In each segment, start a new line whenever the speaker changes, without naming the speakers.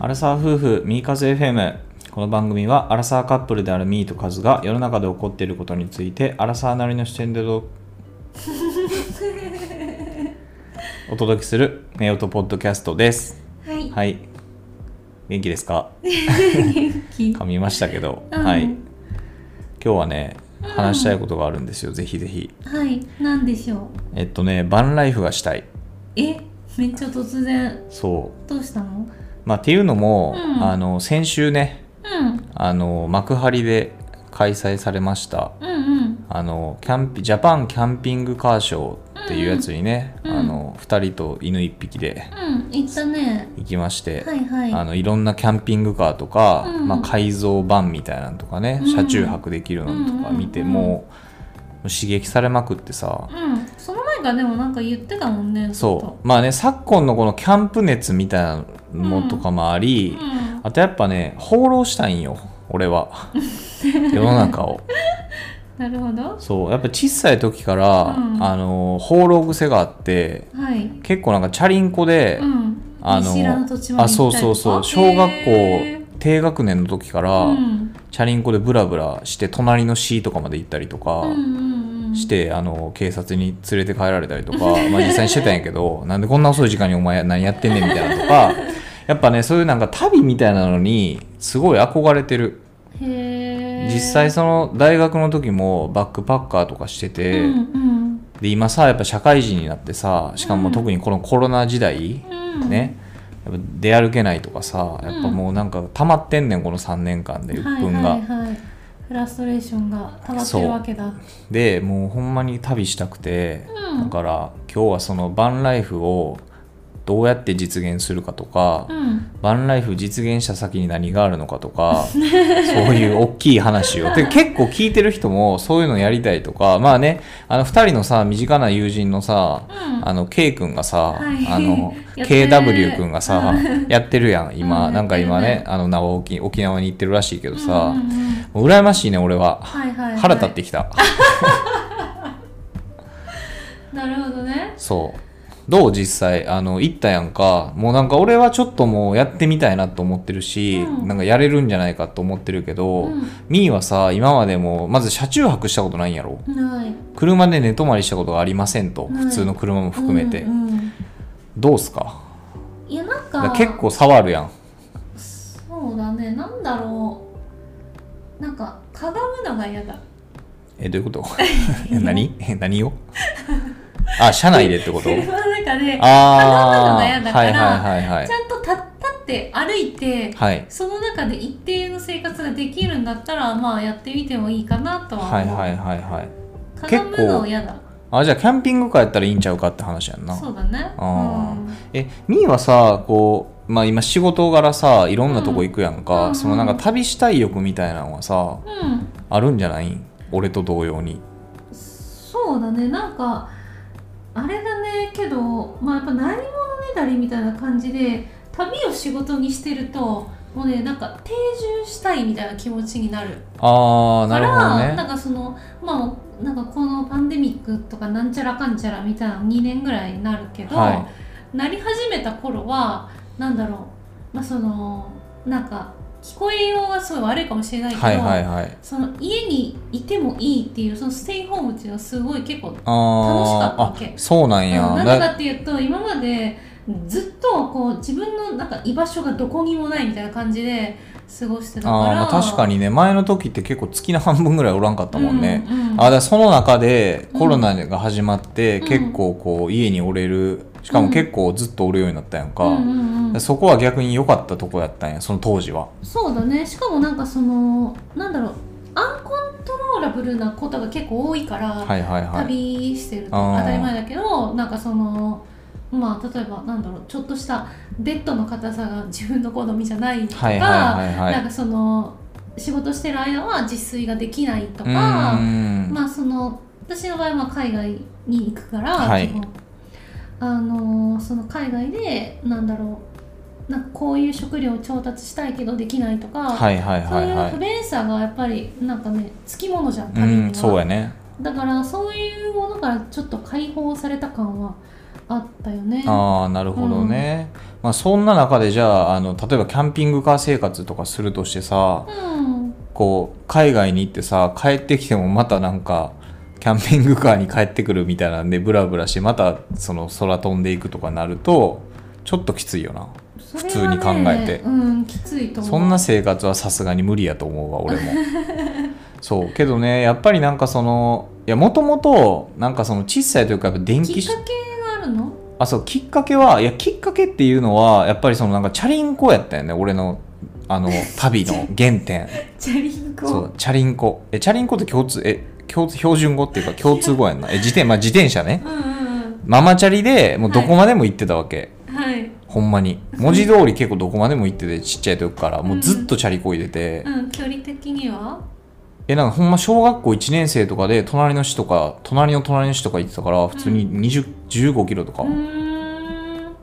アラサー夫婦ミーカズ FM この番組はアラサーカップルであるミーとカズが世の中で起こっていることについてアラサーなりの視点で どお届けするメオトポッドキャストです
はい。
はい元気ですか
元気。
噛みましたけど、
うん
はい今日はね
うん
話したいことがあるんですよ、ぜひぜひ
はい。なんでしょう。
えっとねバンライフがしたい
え、めっちゃ突然。
そう
どうしたの？
まあっていうのも、
うん
あの先週ね
うん。
あの幕張で開催されました
うんうん。
あのキャンピジャパンキャンピングカーショーっていうやつにね、
うんうん
あの2人と犬1匹で
うん。行ったね。
行きまして、
はいはい。
あのいろんなキャンピングカーとか、
うん
まあ、改造バンみたいなのとかね、
うん
車中泊できるのとか見て、
うんうんう
も
ん
うもう刺激されまくってさ、
うん。その前からでもなんか言ってたもんね。
そうまあね昨今のこのキャンプ熱みたいなのとかもあ
ず
り
っと。、うん。
あとやっぱね放浪したいんよ俺 は世の中を。
なるほど。
そうやっぱ小さい時から、
うん
あの放浪癖があって
はい。
結構なんかチャリンコで、
うん。
あ
見知らぬ土地ま
あ
で行ったりとか
そうそうそう小学
へ
校低学年の時から、
ーうん。
チャリンコでブラブラして隣の市とかまで行ったりとか
うんうんうん。
して、あの警察に連れて帰られたり とか、まあ、実際にしてたんやけどなんでこんな遅い時間にお前何やってんねんみたいなとかやっぱねそういうなんか旅みたいなのにすごい憧れてる。
へー
実際その大学の時もバックパッカーとかしてて、
うんうん
で今さやっぱ社会人になってさしかも
うん
特にこのコロナ時代、
うん。
ねやっぱ出歩けないとかさやっぱもうなんか溜まってんねんこの3年間で鬱憤が、
はいはいはい、フラストレーションが溜まってるわけだ
でもうほんまに旅したくて、
うん
だから今日はそのバンライフをどうやって実現するかとか、
うん
バンライフ実現した先に何があるのかと かそういう大きい話をで結構聞いてる人もそういうのやりたいとかまあねあの2人のさ身近な友人のさ、
うん
あの K 君がさ、
はい
あの
やってる
KW 君がさやってるやん今、
うん
なんか今
やって
ね
る
あの縄沖沖縄に行ってるらしいけどさ
うん、うんうん
もう羨ましいね俺は
はいはいはい
腹立ってきた、
なるほどね
そうどう実際あの行ったやんかもうなんか俺はちょっともうやってみたいなと思ってるし、
うん
なんかやれるんじゃないかと思ってるけど、
うん
ミーはさ今までもまず車中泊したことないんやろ
ない
車で寝泊まりしたことがありませんと、
ない
普通の車も含めて、
うんうん
どうすか
いやなん
だ
か
から結構差はあるやん
そうだねなんだろうなんかかがむのが嫌だ
えどういうこと え何え何をあ車内でって こと
車の中で
ああ
かがむのが嫌だから
はいはいはいはい
ちゃんと立立って歩いて
はい
その中で一定の生活ができるんだったらまあやってみてもいいかなとは
はい
思う、
はいはいはい
かがむの嫌だ
あじゃあキャンピングカーやったらいいんちゃうかって話やんな
そうだね
あーえみーはさこうまあ今仕事柄さいろんなとこ行くやん
うんう
か、
んうん
そのなんか旅したい欲みたいなのはさ
うん、うん
あるんじゃない俺と同様に
そうだねなんかあれだねけどまあやっぱ何者ねだりみたいな感じで旅を仕事にしてるともうねなんか定住したいみたいな気持ちになる
ああな
か
る
ら
ほどね
んかそのまあなんかこのパンデミックとかなんちゃらかんちゃらみたいな2年ぐらいになるけど、
は
なり始めた頃はなんだろうまあそのなんか聞こえようがすごい悪いかもしれないけど、
はいはいはい
その家にいてもいいっていうそのステイホームっていうのはすごい結構
あー
楽しかったわけ
あそうなんや、
うんなんで
だ
かっていうと今までずっとこう自分のなんか居場所がどこにもないみたいな感じで過ごしてたから
あーまあ確かにね前の時って結構月の半分ぐらいおらんかったもんね、
うんうん
あーだからその中で
うん
コロナが始まって、
うん
結構こう家におれるしかも
うん
結構ずっとおるようになったやんか、
うんうんうん
そこは逆に良かったとこやったんやその当時は
そうだねしかもなんかそのなんだろうアンコントローラブルなことが結構多いから、
はいはいはい
旅してると
あー
当たり前だけどなんかそのまあ例えばなんだろうちょっとしたベッドの硬さが自分の好みじゃないとか、
はいはいはいは
なん
い
かその仕事してる間は自炊ができないと
う
か、
ーん
まあその私の場合は海外に行くから、
はい
基本あのーその海外でなんだろうなんかこういう食料を調達したいけどできないとか、
はいはい
そう
はいいうは
不
い
便さがやっぱりなんかねつきものじゃん旅
う
には
んそうやね
だからそういうものからちょっと解放された感はあったよね
ああなるほどね、まあ、そんな中でじゃああの例えばキャンピングカー生活とかするとしてさ
うん
こう海外に行ってさ帰ってきてもまたなんかキャンピングカーに帰ってくるみたいなんでブラブラしてまたその空飛んでいくとかなるとちょっときついよな
それはね
普通に考えて
うんきついと思う
そんな生活はさすがに無理やと思うわ俺も そうけどねやっぱりなんかそのいやもともとなんかその小さいというかやっぱ電
き
気
っかけがあるの
あそうきっかけはいやきっかけっていうのはやっぱりそのなんかチャリンコやったよね俺のあの旅の原点
チャリンコ
そうチャリンコえチャリンコって共通え共通標準語っていうか共通語やんなえ自転,、まあ、自転車ね
うんうん
ママチャリでもうどこまでも行ってたわけ、
うんはい
ほんまに文字通り結構どこまでも行っててちっちゃい時からもうずっとチャリこいでて、
うん距離的には
えなんかほんま小学校1年生とかで隣の市とか隣の隣の市とか行ってたから普通に20 15キロとか
うーん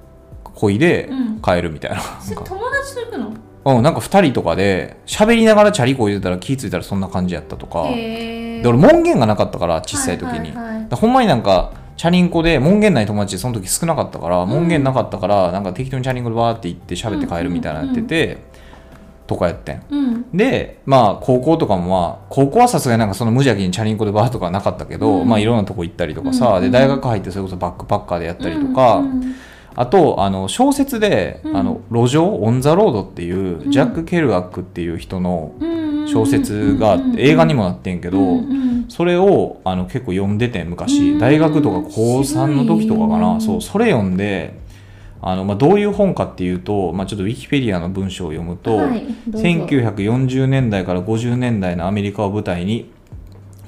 こいで
うん
帰るみたいな,、
それ
なんか
友達と行くの
うん、なんか2人とかで喋りながらチャリこいでたら気ぃ付いたらそんな感じやったとかで
へえ
俺門限がなかったから小さい時に、
はいはい
だからほんまになんかチャリンコで門限ない友達その時少なかったから門限なかったから、なんか適当にチャリンコでバーって行って喋って帰るみたいなのやってて、とかやってん
うん
でまあ高校とかもまあ高校はさすがになんかその無邪気にチャリンコでバーとかはなかったけど、
うん
まあいろんなとこ行ったりとかさ、
うんうん
で大学入ってそれこそバックパッカーでやったりとか、
うんうん
あとあの小説で、
うん
あの路上オン・ザ・ロードっていう、
うん
ジャック・ケルアックっていう人の
うんうんうん
小説があって、
うんうん
映画にもなってんけど、
うんうん
それをあの結構読んでて
う
昔
ん
大学とか高3の時とかか
すごい
なそうそれ読んであの、まあ、どういう本かっていうと、まあ、ちょっとウィキペディアの文章を読むと、
はいどうぞ
1940年代から50年代のアメリカを舞台に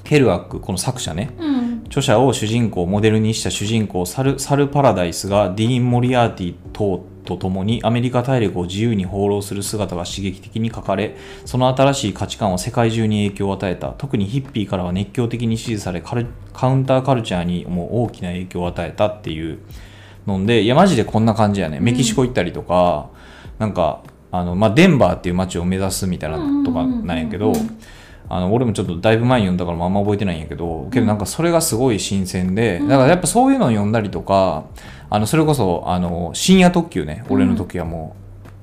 ケルアックこの作者ね
うん
著者を主人公モデルにした主人公サルサル・パラダイスがディーン・モリアーティ等と共にアメリカ大陸を自由に放浪する姿が刺激的に書かれその新しい価値観は世界中に影響を与えた特にヒッピーからは熱狂的に支持されカルカウンターカルチャーにも大きな影響を与えたっていうのでいやマジでこんな感じやねメキシコ行ったりとか、なんかあの、まあ、デンバーっていう街を目指すみたいなのとかなんやけど。
うんうんうんうん
あの俺もちょっとだいぶ前に読んだからあんま覚えてないんやけどけどなんかそれがすごい新鮮で、
うん
だからやっぱそういうのを読んだりとかあのそれこそあの深夜特急ね
うん
俺の時はも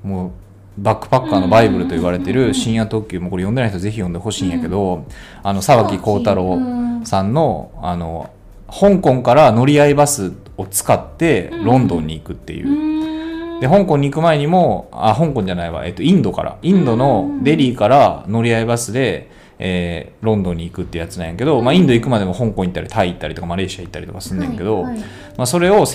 う,、もうバックパッカーのバイブルと言われて
うん
る深夜特急もうこれ読んでない人ぜひ読んでほしいんやけど、あの
沢
沢
木
木幸太
う
郎
ん
さんのあの香港から乗り合いバスを使って
うん
ロンドンに行くっていう
う。ーん
で香港に行く前にもあ香港じゃないわ、えっと、インドからインド
う
の
ん
デリーから乗り合いバスで、えーロンドンに行くってやつなんやけど、まあ、インド行くまでも香港行ったりタイ行ったりとかマレーシア行ったりとかすんねんけど、
はいはい
まあ、それを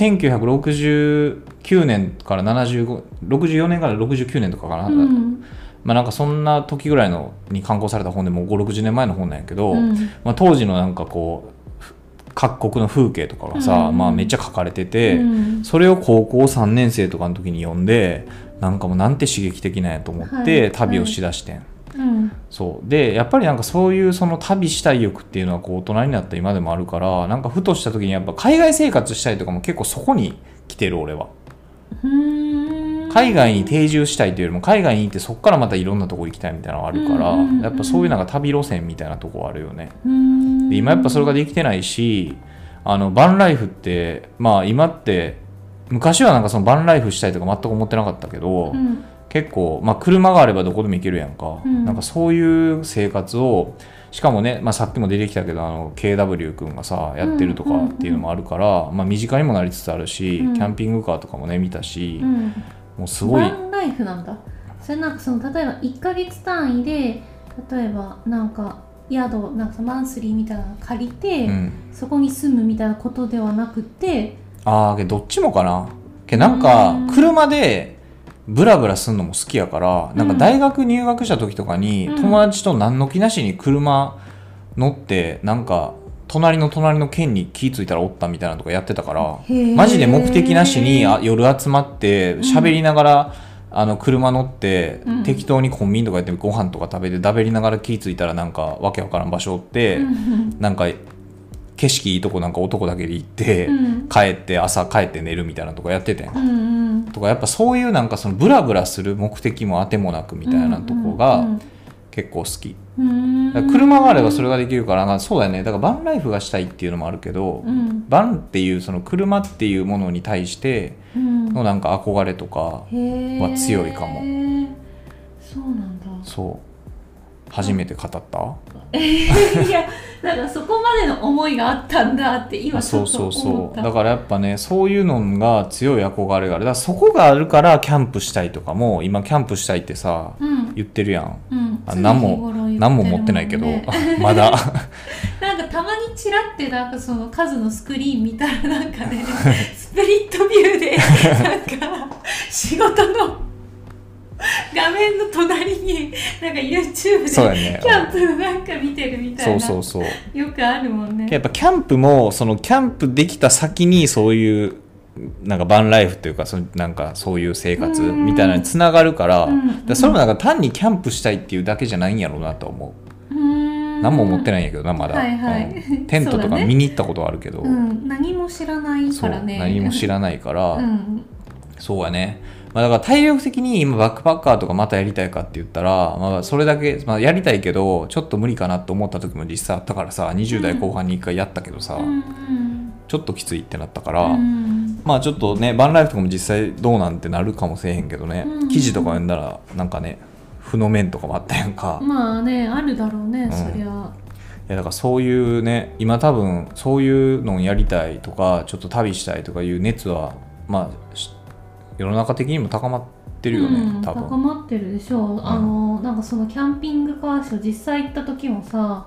1969年から7564年から69年とかかな、
うん
まあ、なんかそんな時ぐらいのに刊行された本でもう560年前の本なんやけど、
うん
まあ、当時のなんかこう各国の風景とかがさ、
うん
まあ、めっちゃ書かれてて。
うん
それを高校3年生とかの時に読んでなんかもうなんて刺激的なんやと思っ
は
て
い
旅をしだしてん、
うん
そうでやっぱりなんかそういうその旅したい欲っていうのはこう大人になった今でもあるからなんかふとした時にやっぱ海外生活したいとかも結構そこに来てる俺は
うん
海外に定住したいというよりも海外に行ってそこからまたいろんなとこ行きたいみたいなのがあるから、
うんうんうん
やっぱそういうなんか旅路線みたいなとこあるよね
うん
で今やっぱそれができてないしあのバンライフってまあ今って昔はなんかそのバンライフしたいとか全く思ってなかったけど、
うん
結構、まあ、車があればどこでも行けるやんか、
うん
なんかそういう生活をしかもね、まあ、さっきも出てきたけどあの KW 君がさやってるとかっていうのもあるから、まあ、身近にもなりつつあるし、
うん
キャンピングカーとかもね見たし、
うん
もうすごい、
ワンライフなんだそれなんかその例えば1ヶ月単位で例えばなんか宿なんかそのマンスリーみたいなの借りて、
うん、
そこに住むみたいなことではなくて
ああけどどっちもかなけなんか
うん
車でブラブラするのも好きやからなんか
うん
大学入学した時とかに
うん
友達と何の気なしに車乗ってなんか隣の隣の県に気付いたらおったみたいなのとかやってたからマ
マ
ジで目的なしにあ
あ
夜集まって喋りながら、あの車乗って、
うん
適当にコンビニとかやってご飯とか食べてだべりながら気付いたらなんかわけわからん場所おって、なんか景色いいとこなんか男だけで行って。
うん
帰って朝帰って寝るみたいなとかやっててん
うんうん
とかやっぱそういうなんかそのブラブラする目的も当てもなくみたいなとこ
う
が
ん
結構好き、
ううー
だ
ん
から車があればそれができるからなんかそうだよねだからバンライフがしたいっていうのもあるけど、
うん
バンっていうその車っていうものに対して
うん
のなんか憧れとか、
へー
は強いかも
そうなんだ
そう初めて語った
いやなんかそこまでの思いがあったんだって今
あ
ち
そ
ょ
う
っ
そ
と
うそ
思っ
う
た
だからやっぱねそういうのが強い憧れがあるだからそこがあるからキャンプしたいとかも今キャンプしたいってさ
うん
言ってるやん
うん
あ
常日
何も
頃言ってるんね
何も持って ないけど、あ まだ
なんかたまにちらってなんかその数のスクリーン見たらなんかね スプリットビューでなんか仕事の画面の隣になんか YouTube で
そうやね
キャンプのなんか見てるみたい
そ
な
うそうそう
よくあるもんね
やっぱキャンプもそのキャンプできた先にそういうなんかバンライフというかそのなんかそういう生活
うん
みたいなのにつながるから,、
うん
それもなんか単にキャンプしたいっていうだけじゃないんやろうなと思う、
うーん
何も持ってないんやけどなまだ、
はいはい
うんテントと
そうだ
か
ね
見に行ったことはあるけど
うん、何も知らない
そ
か
う
らね
何も知
ら
らないから、
うん
そうやね、まあ、だから体力的に今バックパッカーとかまたやりたいかって言ったら、まあ、それだけ、まあ、やりたいけどちょっと無理かなと思った時も実際あったからさ20代後半に1回やったけどさ、
うんうん
ちょっときついってなったから、
うん
まあちょっとねバンライフとかも実際どうなんてなるかもせえへんけどね、
うん
記事とか読んだらなんかね負の面とかもあったやんか、い
まあねあるだろうね、
ん
そりゃ
やだからそういうね今多分そういうのをやりたいとかちょっと旅したいとかいう熱はまあし世の中的にも高まってるよね、
うん、
多
高
分
まってるでしょう、あのなんかそのキャンピングカーショー実際行った時もさ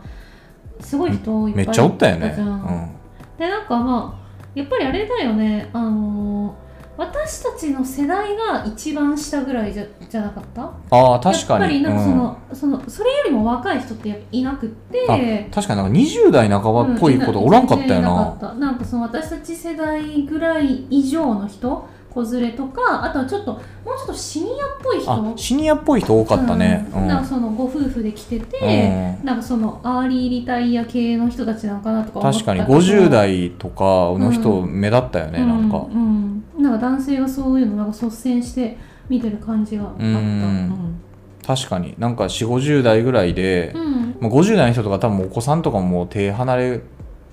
すごい人いっぱ
め
い
っちゃおったよ
い
ね、
じゃんでなんかまあやっぱりあれだよねあの私たちの世代が一番下ぐらいじゃじゃなかった
うん、ああ確か
やっぱ
に
りなんかそ
うん
の,、そのそれよりも若い人ってやっぱいなくって
確かになんか20代半ばっぽい子とおらんかったよな、
うんなんかその私たち世代ぐらい以上の人子連れとかあとはちょっともうちょっとシニアっぽい人
あシニアっぽい人多かったね、
うんなんかそのご夫婦で来てて、
うん
なんかそのアーリーリタイア系の人たちなのかなとか思った
確
けど
かに50代とかの人目立ったよね、
う
なん
ん
か
うん、なんか男性がそういうのなんか率先して見てる感じがあった
うん確かになんか4 5 0代ぐらいで
う、ん
まあ、50代の人とか多分お子さんとかも手離れ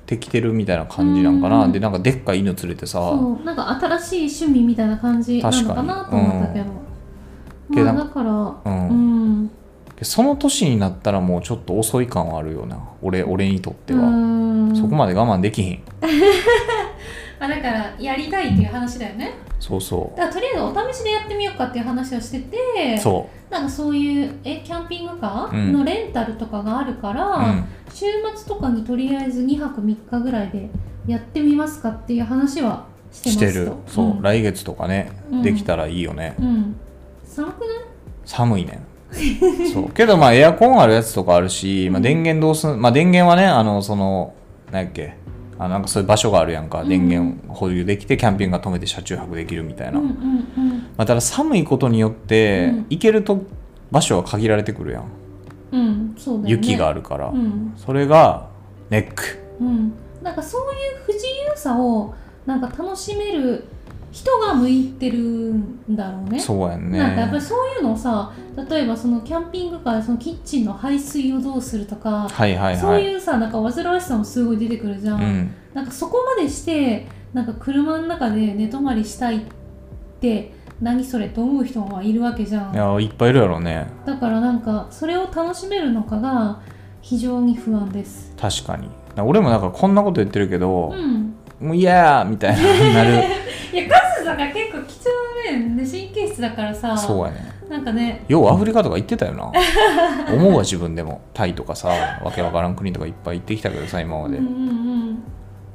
てきてるみたいな感じなんかな、
うん
でなんかでっかい犬連れてさ
そうなんか新しい趣味みたいな感じなのかなと思ったけど、
うん
まあ
けど
だから
う
うんん
でその年になったらもうちょっと遅い感はあるよな俺俺にとって
う
は、
ん
そこまで我慢できひん
あだからやりたいっていう話だよね
そうそ
だからとりあえずお試しでやってみようかっていう話をしてて
うそ
なんかそういうえキャンピングカ
う
ー
ん
のレンタルとかがあるから、
う、うん、
週末とかにとりあえず2泊3日ぐらいでやってみますかっていう話はしてま
して
すと
るそう、
ん
来月とかね
うん
できたらいいよね、
うん寒くない
寒いね んそうけどまあエアコンあるやつとかあるし、まあ、電源どうすんまあ電源はねあのその何やっけあなんかそういう場所があるやんか
うん
電源保有できてキャンピングカー止めて車中泊できるみたいな、
うんう
ま
んうん
あ、ただ寒いことによって、
うん
行けると場所は限られてくるやん、
うんそうだよね
雪があ
る
るから、
うん
それがネック
うんなんかそういう不自由さをなんか楽しめる人が向いてるんだろうね
そうやん
なんかやっぱ
ね
りそういうのをさ例えばそのキャンピングカーでそのキッチンの排水をどうするとか、
はいはい
そ
は
う
い
いうさなんか煩わしさもすごい出てくるじゃん、
うん
なんかそこまでしてなんか車の中で寝泊まりしたいって何それと思う人はいるわけじゃ
い
ん
やいっぱいいるやろね
だからなんかそれを楽しめるのかが非常に不安です
確かに俺もなんかこんなこと言ってるけど
う、ん
もう嫌やみたいになる
いやカズさんが結構貴重な面で神経質だからさ
そうやね
なんかね
ようアフリカとか行ってたよ な思うわ自分でもタイとかさわけわからん国とかいっぱい行ってきたけどさ今ま
うんう
で、
んうん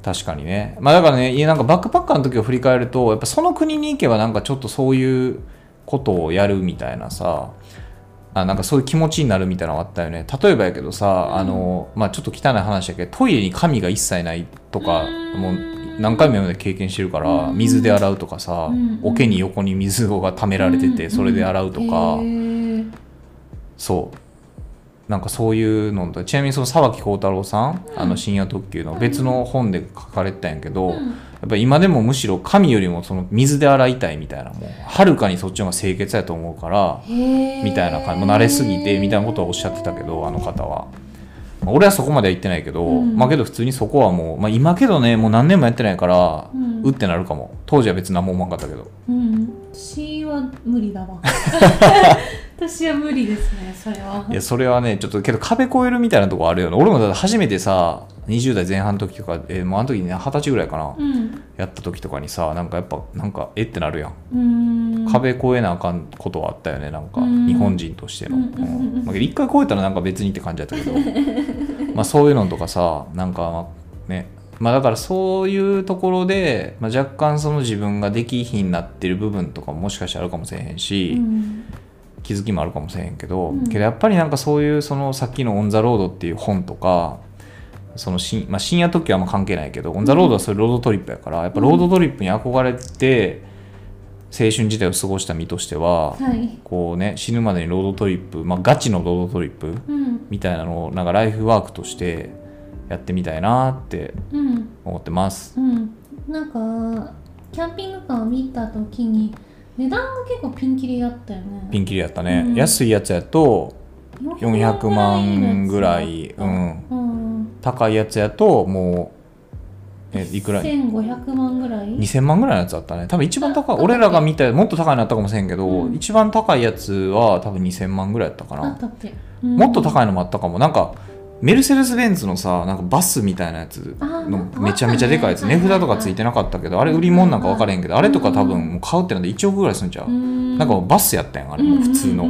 確かにねまあだからねいやなんかバックパッカーの時を振り返るとやっぱその国に行けばなんかちょっとそういうことをやるみたいなさあなんかそういう気持ちになるみたいなのがあったよね例えばやけどさ、
うん
あのまあちょっと汚い話やけどトイレに紙が一切ないとか、
うん
もう何回も今まで経験してるから、
うん
水で洗うとかさ、
うん
桶に横に水が溜められてて、それで洗うとか、
うんうんへー
そうなんかそういうのとちなみにその沢木耕太郎さん、
うん
あの深夜特急の別の本で書かれてたんやけど、
うん
やっぱ今でもむしろ神よりもその水で洗いたいみたいなもうはるかにそっちの方が清潔やと思うからみ
み
たいな感じもう慣れすぎてみたいなことはおっしゃってたけどあの方は。まあ俺はそこまでは言ってないけど、
うん
まあけど普通にそこはもう、まあ、今けどねもう何年もやってないから、
う
うんってなるかも当時は別に何も思わんかったけど
うん私は無理だ わ私は無理ですねそれはい
やそれはねちょっとけど壁越えるみたいなとこあるよね俺もだって初めてさ20代前半の時とか、えーもうあの時ね二十歳ぐらいかな、
うん
やった時とかにさなんかやっぱなんかえってなるやん
うん
壁越えなあかんことはあったよねなんか
うん
日本人としての、
う
うん
うんうんうん
んまあけど一回越えたらなんか別にって感じだったけど まあそういうのとかさなんかまあねまあだからそういうところで、まあ、若干その自分ができひんなってる部分とかももしかしたらあるかもしれへん
う
し、
ん
気づきもあるかもしれへんけど、
うん
けどやっぱりなんかそういうそのさっきの「オン・ザ・ロード」っていう本とかそのしん、まあ、深夜特急はあんま関係ないけど、オン・ザ・ロードはそういうロードトリップやからやっぱロードトリップに憧れて青春時代を過ごした身としては、
はい
こうね死ぬまでにロードトリップ、まあ、ガチのロードトリップ
うん
みたいなのをなんかライフワークとしてやってみたいなって
うん
思ってます。
うんなんかキャンピングカーを見た時に値段が結構ピンキリだったよね
ピンキリやったね、
うん
安いやつやと400
400
万ぐらい
ぐらいのやつだったうん
高いやつやともうえいくら
1500万ぐらい
2000万ぐらいのやつだったね多分一番高い
あ
俺らが見たもっと高いのあったかもしれんけど、
うん
一番高いやつは多分2000万ぐらいだったか
あっ
な、
たっけ
もっと
い
高いのもあったかもなんかメルセデス・ベンツのさなんかバスみたいなやつ
あー
の
なんか
めちゃめちゃでかいやつ
あったね
値札とかついてなかったけどあれ売り物なんか分からへんけど、あれとか多分もう買うってなんで1億ぐらいすんちゃう、
な
なんかもうバスやったやんあれもう普通の、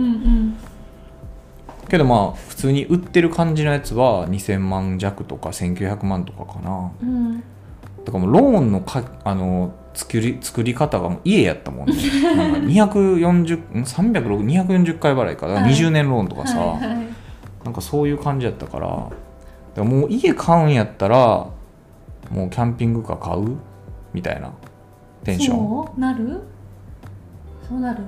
けどまあ普通に売ってる感じのやつは2000万弱とか1900万とかかなだからもうローンのかあの作り作り方がもう家やったもんねなんか240ん360 240回払いかだから
はい
20年ローンとかさ、
はいはい
なんかそういう感じやったからだからもう家買うんやったらもうキャンピングカー買うみたいなテンション
そうなるそうなる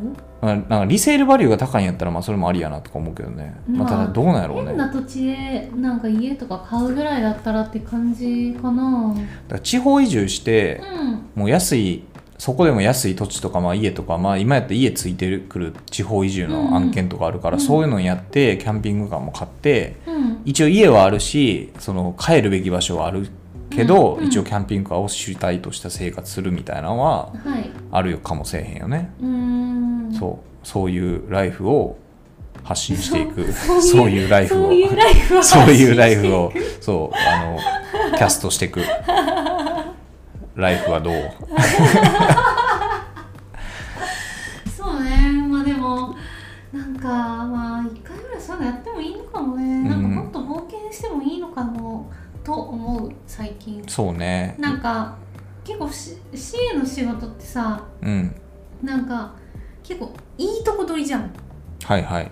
まあなんかリセールバリューが高いんやったらまあそれもありやなとか思うけどね、まあ、
まあ
ただどうなんやろうね
変な土地でなんか家とか買うぐらいだったらって感じかな
だから地方移住して
うん
もう安いそこでも安い土地とか、まあ、家とか、まあ、今やったら家ついてるくる地方移住の案件とかあるから、
うんうん
そういうのやってキャンピングカーも買って
うん
一応家はあるしその帰るべき場所はあるけど、
うんうん
一応キャンピングカーを主体とした生活するみたいなのは
はい
あるよかもしれへんよね、
うーん
そうそういうライフを発信していく
そ う
そういうライフ
そ
を
ういうライフ を
そういうライフをそうあのキャストしていくライフはどう
そうねまあでもなんかまあ一回ぐらいそういうのやってもいいのかもね、なんかもっと冒険してもいいのかもと思う最近
そうね
なんか結構し CA の仕事ってさ
うん
なんか結構いいとこ取りじゃん
はいはい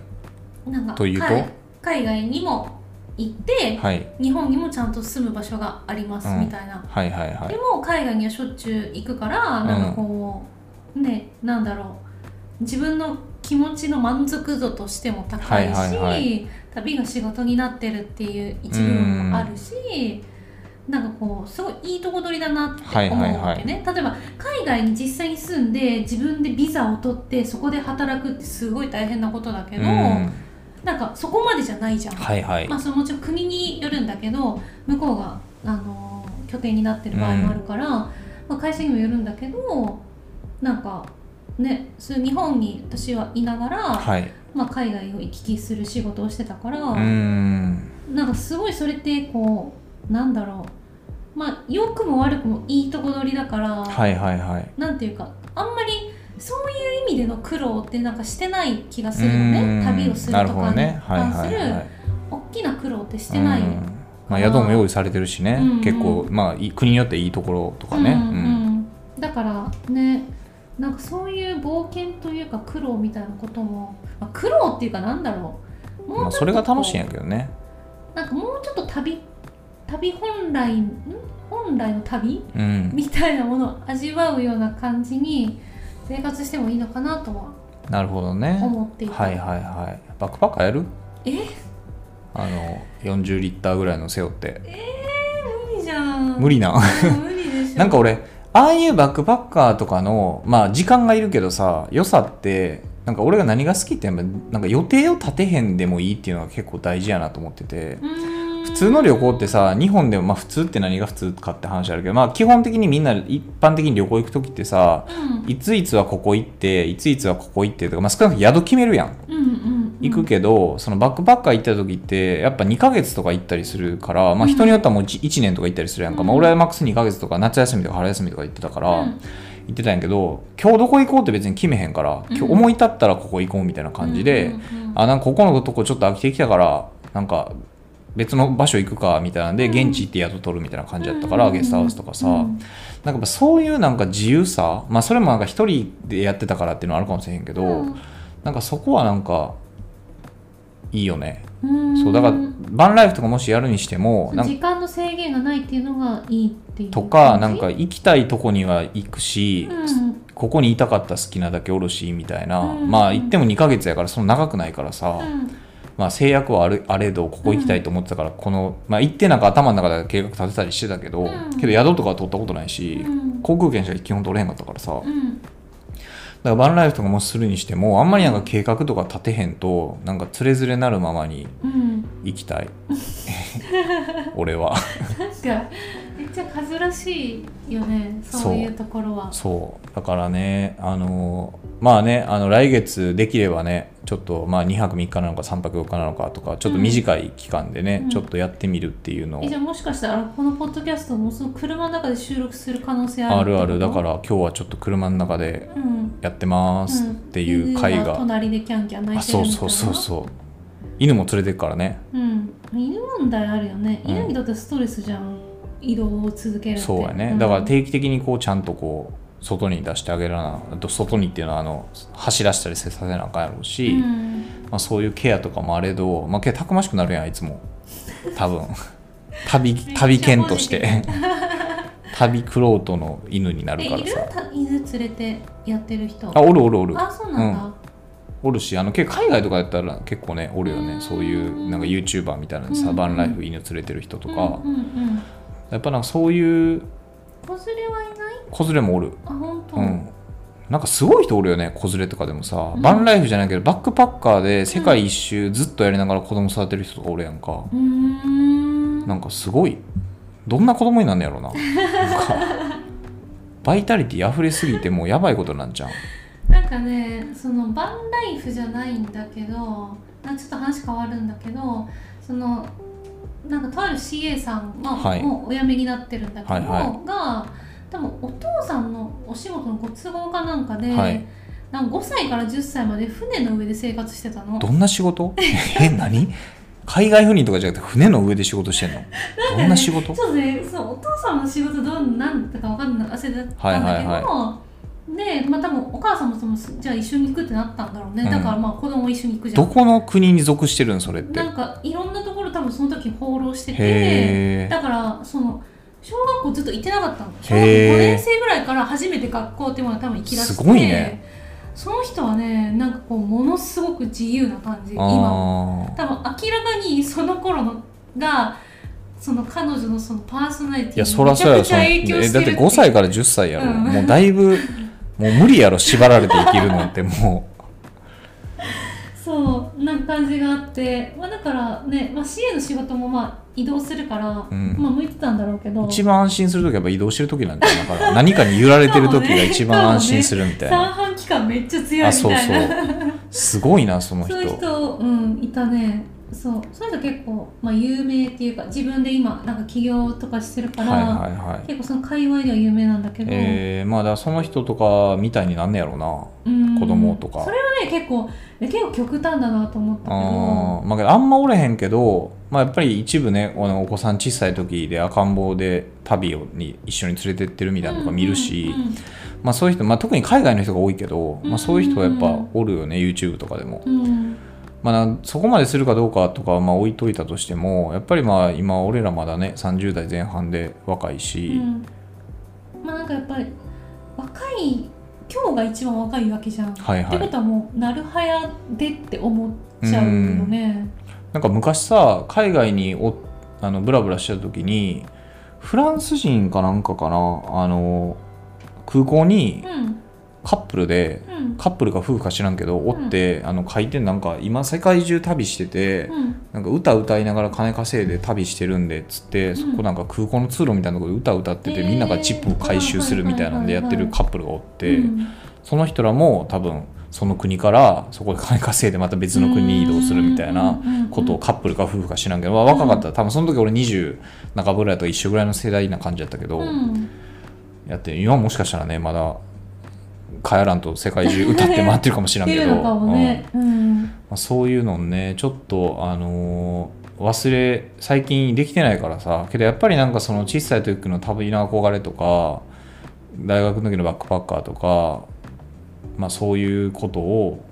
なんか
というと
海海外にも行って、
はい
日本にもちゃんと住む場所があります
うん
みたいな、
はいはいは
で
い
も海外にはしょっちゅう行くから
うん
なんかこう、ねなんだろう自分の気持ちの満足度としても高いし、
はいはいは
旅が仕事になってるっていう一部もあるし、なんかこうすごいいいとこ取りだなって
はい
思
は
う
い
わけね、例えば海外に実際に住んで自分でビザを取ってそこで働くってすごい大変なことだけ
う
ど、
ん
なんかそこまでじゃないじゃん。
はいはい
まあ、そのもちろん国によるんだけど向こうが、あのー拠点になってる場合もあるから、まあ、会社にもよるんだけどなんかねそういう日本に私はいながら、
はい
まあ、海外を行き来する仕事をしてたから、
うん
なんかすごいそれってこうなんだろうまあ良くも悪くもいいとこ取りだから、
はいはいはい
なんていうかあんまりそういう意味での苦労ってなんかしてない気がするよね
うん
旅をする
なる
と
ほ
か
ど
に
ねはい
関
は
す
いは
る
い
大きな苦労ってしてない、
うんまあ宿も用意されてるしね
うん
結構まあい国によっていいところとかね
うん
うん
うんだからねなんかそういう冒険というか苦労みたいなことも、まあ、苦労っていうかなんだろうも
ま
う
あ
ちょっとこう
それが楽しいんやけどね
なんかもうちょっと旅旅本来ん本来の旅
うん
みたいなものを味わうような感じに生活してもいいのかなとは
なるほどね
思っていて、
はいはいはいバックパッカーやる
え
あの40リッターぐらいの背負って
無理じゃん
無理な
無理でし ょ
なんか俺ああいうバックパッカーとかのまあ時間がいるけどさ良さってなんか俺が何が好きってやっぱなんか予定を立てへんでもいいっていうのが結構大事やなと思ってて
うーん
普通の旅行ってさ日本でもまあ普通って何が普通かって話あるけどまあ基本的にみんな一般的に旅行行く時ってさ
うん
いついつはここ行っていついつはここ行ってとか、まあ、少なくとも宿決めるやん
うんうん
行くけど、そのバックパッカー行った時ってやっぱ2ヶ月とか行ったりするから、まあ、
うん
人によってはもう 1, 年とか行ったりするやんか、まあ、
うん
俺はマックス2ヶ月とか夏休みとか春休みとか行ってたから、
うん
行ってたんやけど今日どこ行こうって別に決めへんから今日
うん
思い立ったらここ行こうみたいな感じで、
うんうんうん
あなんかここのとこちょっと飽きてきたからなんか別の場所行くかみたいなんで、
うん
現地行って宿取るみたいな感じやったから、
うんうんうん
ゲストハウスとかさ、
うん
なんかやっぱそういうなんか自由さまあそれもなんか一人でやってたからっていうのはあるかもしれへんけど、なんかそこはなんかいいよね、
うん
そうだからバンライフとかもしやるにしても
そう
なん
時間の制限がないっていうのがいいっていう
とかなんか
感
行きたいとこには行く
じ
し、
うん
ここにいたかった好きなだけおろしみたいな、
うん
まあ行っても2ヶ月やからその長くないからさ、
うん
まあ制約はあるあれどここ行きたいと思ってたから、この、まあ、行ってなんか頭の中で計画立てたりしてたけど、
うん
けど宿とかは取ったことないし、
うん
航空券しか基本取れへんかったからさだか
うん
らバンライフとかもしするにしてもあんまりなんか計画とか立てへんとなんかつれづれなるままに
うん
行きたい 俺は
なんかめっちゃ数らしいよね
そう
そういうところは
そうだからねあのまあねあの来月できればねちょっとまあ2泊3日なのか3泊4日なのかとかちょっと短い期間でね、
うん
ちょっとやってみるっていうのを
えじゃあもしかしたらこのポッドキャストもその車の中で収録する可能性あ
ある
るってこと
あるだから今日はちょっと車の中で
うん
やってますっていう回
犬
が、
隣でキャンキャン泣い
あ
てる
そう
みたいな
そうそうそう犬も連れてくからね
う、ん、犬問題あるよね
うん
犬にとってストレスじゃん移動を続けるって
そうやね
ん
だから定期的にこうちゃんとこう外に出してあげらなあと外にっていうのはあの走らしたりせさせなあかんやろうし、
うん
まあ、そういうケアとかもあれど、まあ、けたくましくなるやんいつも多 分旅旅犬として 旅クロートの犬にな
え
るか
い
ら
る
さ
た犬連れてやってる人
あおるおるおる
あそうなんだ、
おるしあの結構海外とかやったら結構ねおるよ
う
ね
ん
そういうなんか YouTuber みたいな
う
サ
ん
バンライフ犬連れてる人とか、
うんうんうん
やっぱなんかそういう
子連れはいない
子連れもおる、
あ本当、
うん、なんかすごい人おるよね子連れとかでもさ、
うん
バンライフじゃないけどバックパッカーで世界一周ずっとやりながら子供育てる人とかおるやんか、
うーん
なんかすごいどんな子供になんねやろななんかバイタリティ溢れすぎてもうやばいことなんじゃん
なんかねそのバンライフじゃないんだけどなんかちょっと話変わるんだけどそのなんかとある CA さん、まあ
はい
もうお辞めになってるんだけど、
はいは
が多分お父さんのお仕事のご都合かなんかで、
はい
なんか5歳から10歳まで船の上で生活してたの
どんな仕事 え何海外赴任とかじゃなくて船の上で仕事してんのどんな仕事
ちょっとねそうお父さんの仕事どうなんだか分かんない忘れてたんだけど、
はいはい
で、まあ、多分お母さんもそのじゃあ一緒に行くってなったんだろうね、
うん
だからまあ子供一緒に行くじゃん
どこの国に属してるんそれって
なんかいろんなところ多分その時放浪して
へ
て
え
だからその小学校ずっと行ってなかったの小学校
へー
5年生ぐらいから初めて学校っていうものが多分行きだして
すごいね
その人はねなんかこうものすごく自由な感
あ
じ今
ー
多分明らかにその頃のがその彼女のそのパーソナリ
い
テ
や
ィ
そ
に
ら
めち
そうや
ゃく
ろ
ち
そ
ゃ
の
影響
え
して
だっ
る
て5歳から10歳やろ、
うん
もうだいぶもう無理やろ縛られて生きるのっても
そうなんか感じがあって、まあ、だからね、まあ、CA の仕事もまあ移動するから、
うん
まあ向いてたんだろうけど
う一番安心する時はやっぱ移動してる時なんじゃないだから何かに揺られてる時が一番安心するみたいな
三半期間めっちゃ強い
あ
みたい
そう
な
そう すごいなその人
そういう人、うん、いたねそうそういう人結構、まあ、有名っていうか自分で今なんか起業とかしてるから、
はいはいはい
結構その界隈では有名なんだけど、
えー、まあだからその人とかみたいになんねやろな
うん
子供とか
それはね結構え結構極端だなと思ったけ
あ
ど
ー、まあけど、あんまおれへんけど、まあ、やっぱり一部ねあのお子さん小さい時で赤ん坊で旅をに一緒に連れてってるみたいなのとか見るし、まあ、そういう人、まあ、特に海外の人が多いけど、まあ、そういう人はやっぱおるよね YouTube とかでも。
うんうんうん
まあ、なそこまでするかどうかとかはまあ置いといたとしてもやっぱりまあ今俺らまだね30代前半で若いし、
うんまあなんかやっぱり若い今日が一番若いわけじゃん、
はいは
って
い
ことはもうなるはやでって思っちゃうよね
なんか昔さ海外におあのブラブラしてた時にフランス人かなんかかなあの空港に
うん
カップルで
うん
カップルか夫婦か知らんけどおって、あの書いてんなんか今世界中旅してて、
うん
なんか歌歌いながら金稼いで旅してるんでっつって、
ん
そこなんか空港の通路みたいなところで歌歌ってて、
へー
みんながチップを回収するみたいなんでやってるカップルがおって、
うん
その人らも多分その国からそこで金稼いでまた別の国に移動するみたいなことをカップルか夫婦か知らんけど、まあ若かったら多分その時俺20中ぐらいとか一緒ぐらいの世代な感じやったけど、
うん
やって今もしかしたらねまだ帰らんと世界中歌って回ってるかもしらん
出
け
る
ど。
のかも
うん
ねうん
まあ、そういうのねちょっとあのー忘れ最近できてないからさけどやっぱりなんかその小さい時の旅の憧れとか大学の時のバックパッカーとか、まあ、そういうことを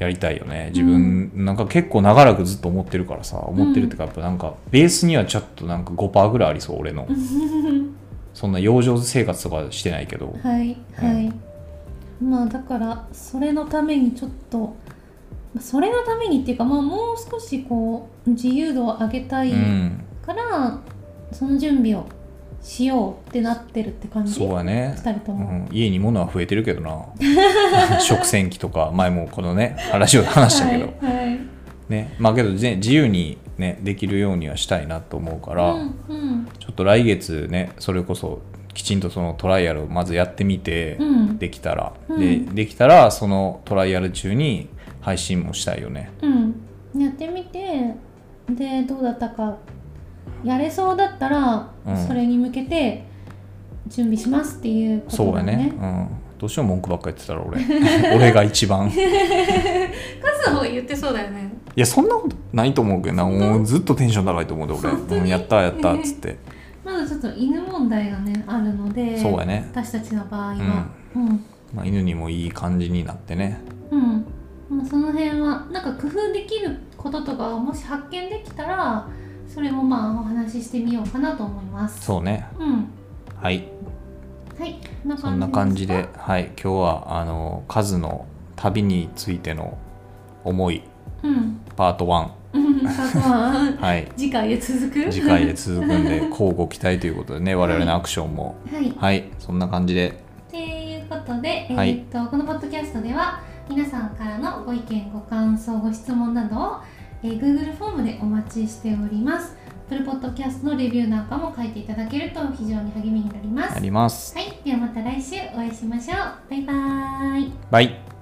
やりたいよね自分、なんか結構長らくずっと思ってるからさ思ってるっていうかやっぱなんかベースにはちょっとなんか5%ぐらいありそう俺のそんな 養生生活とかしてないけど
はいはい、まあだからそれのためにちょっとまあそれのためにっていうか、まあ、もう少しこう自由度を上げた
う
い
ん
から、その準備をしようってなってるって感じ
そう
2
やね
人と
う
も、
ん、家に物は増えてるけどな 食洗機とか前もこのね話を話したけど、
はいはい
ねまあけどぜ自由にねできるようにはしたいなと思うから、
うんうん
ちょっと来月ねそれこそきちんとそのトライアルをまずやってみて、
うん
できたら、
うん
でできたらそのトライアル中に配信もしたいよね
うんやってみてでどうだったかやれそうだったら、
うん
それに向けて準備しますっていうこと
そう
だ
や
ね
ね、うん、どうしても文句ばっかり言ってたら俺 俺が一 番い
数を言ってそうだよね
やそんなことないと思うけどなもうずっとテンション高いと思うで俺
本当に
うんやったやったっつって
まだちょっと犬問題がねあるので
そうやね
私たちの場合はうん
まあ、犬にもいい感じになってね
うん、まあ、その辺はなんか工夫できることとかをもし発見できたらそれもまあお話ししてみようかなと思います
そうね
う、ん、
はい
はいこんな
そんな感じ
す
で
か
はい今日はあのカズの旅についての思い
うん
パート1
うん あとは
はい
次回へ続く
次回へ続くんで交互期待ということでね我々のアクションも
はい
はいそんな感じで
ということで、えー
はい
っとこのポッドキャストでは皆さんからのご意見ご感想ご質問などを、えー Google フォームでお待ちしておりますプルポッドキャストのレビューなんかも書いていただけると非常に励みになります
や
は
ります
いではまた来週お会いしましょうバイバーイ
バイ